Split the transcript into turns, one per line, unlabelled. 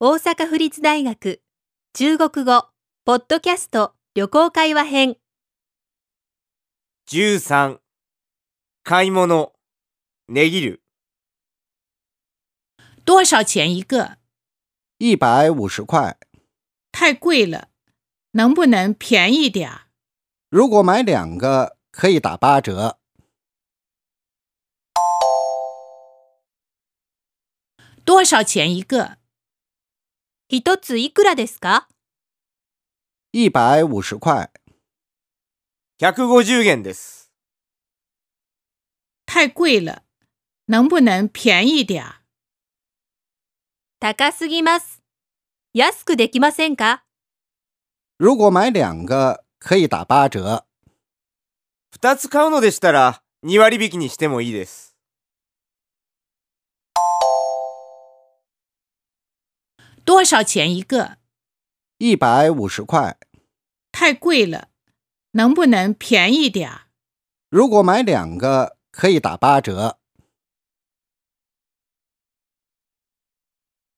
大阪府立大学中国語ポッドキャスト旅行会話編
13買い物値切る
多少钱一个？
一百五十块。
太贵了，能不能便宜点儿？
如果买两个，可以打八折。
多少钱一个？
一ついくらですか
一百五十块。
150元です
太贵了，能不能便宜点儿？
高すぎます安くできませんか
如果买两个，可以打八折。
2つ買うのでしたら2割引きにしてもいいです
多少钱一个？
一百五十块。
太贵了，能不能便宜点儿？
如果买两个，可以打八折。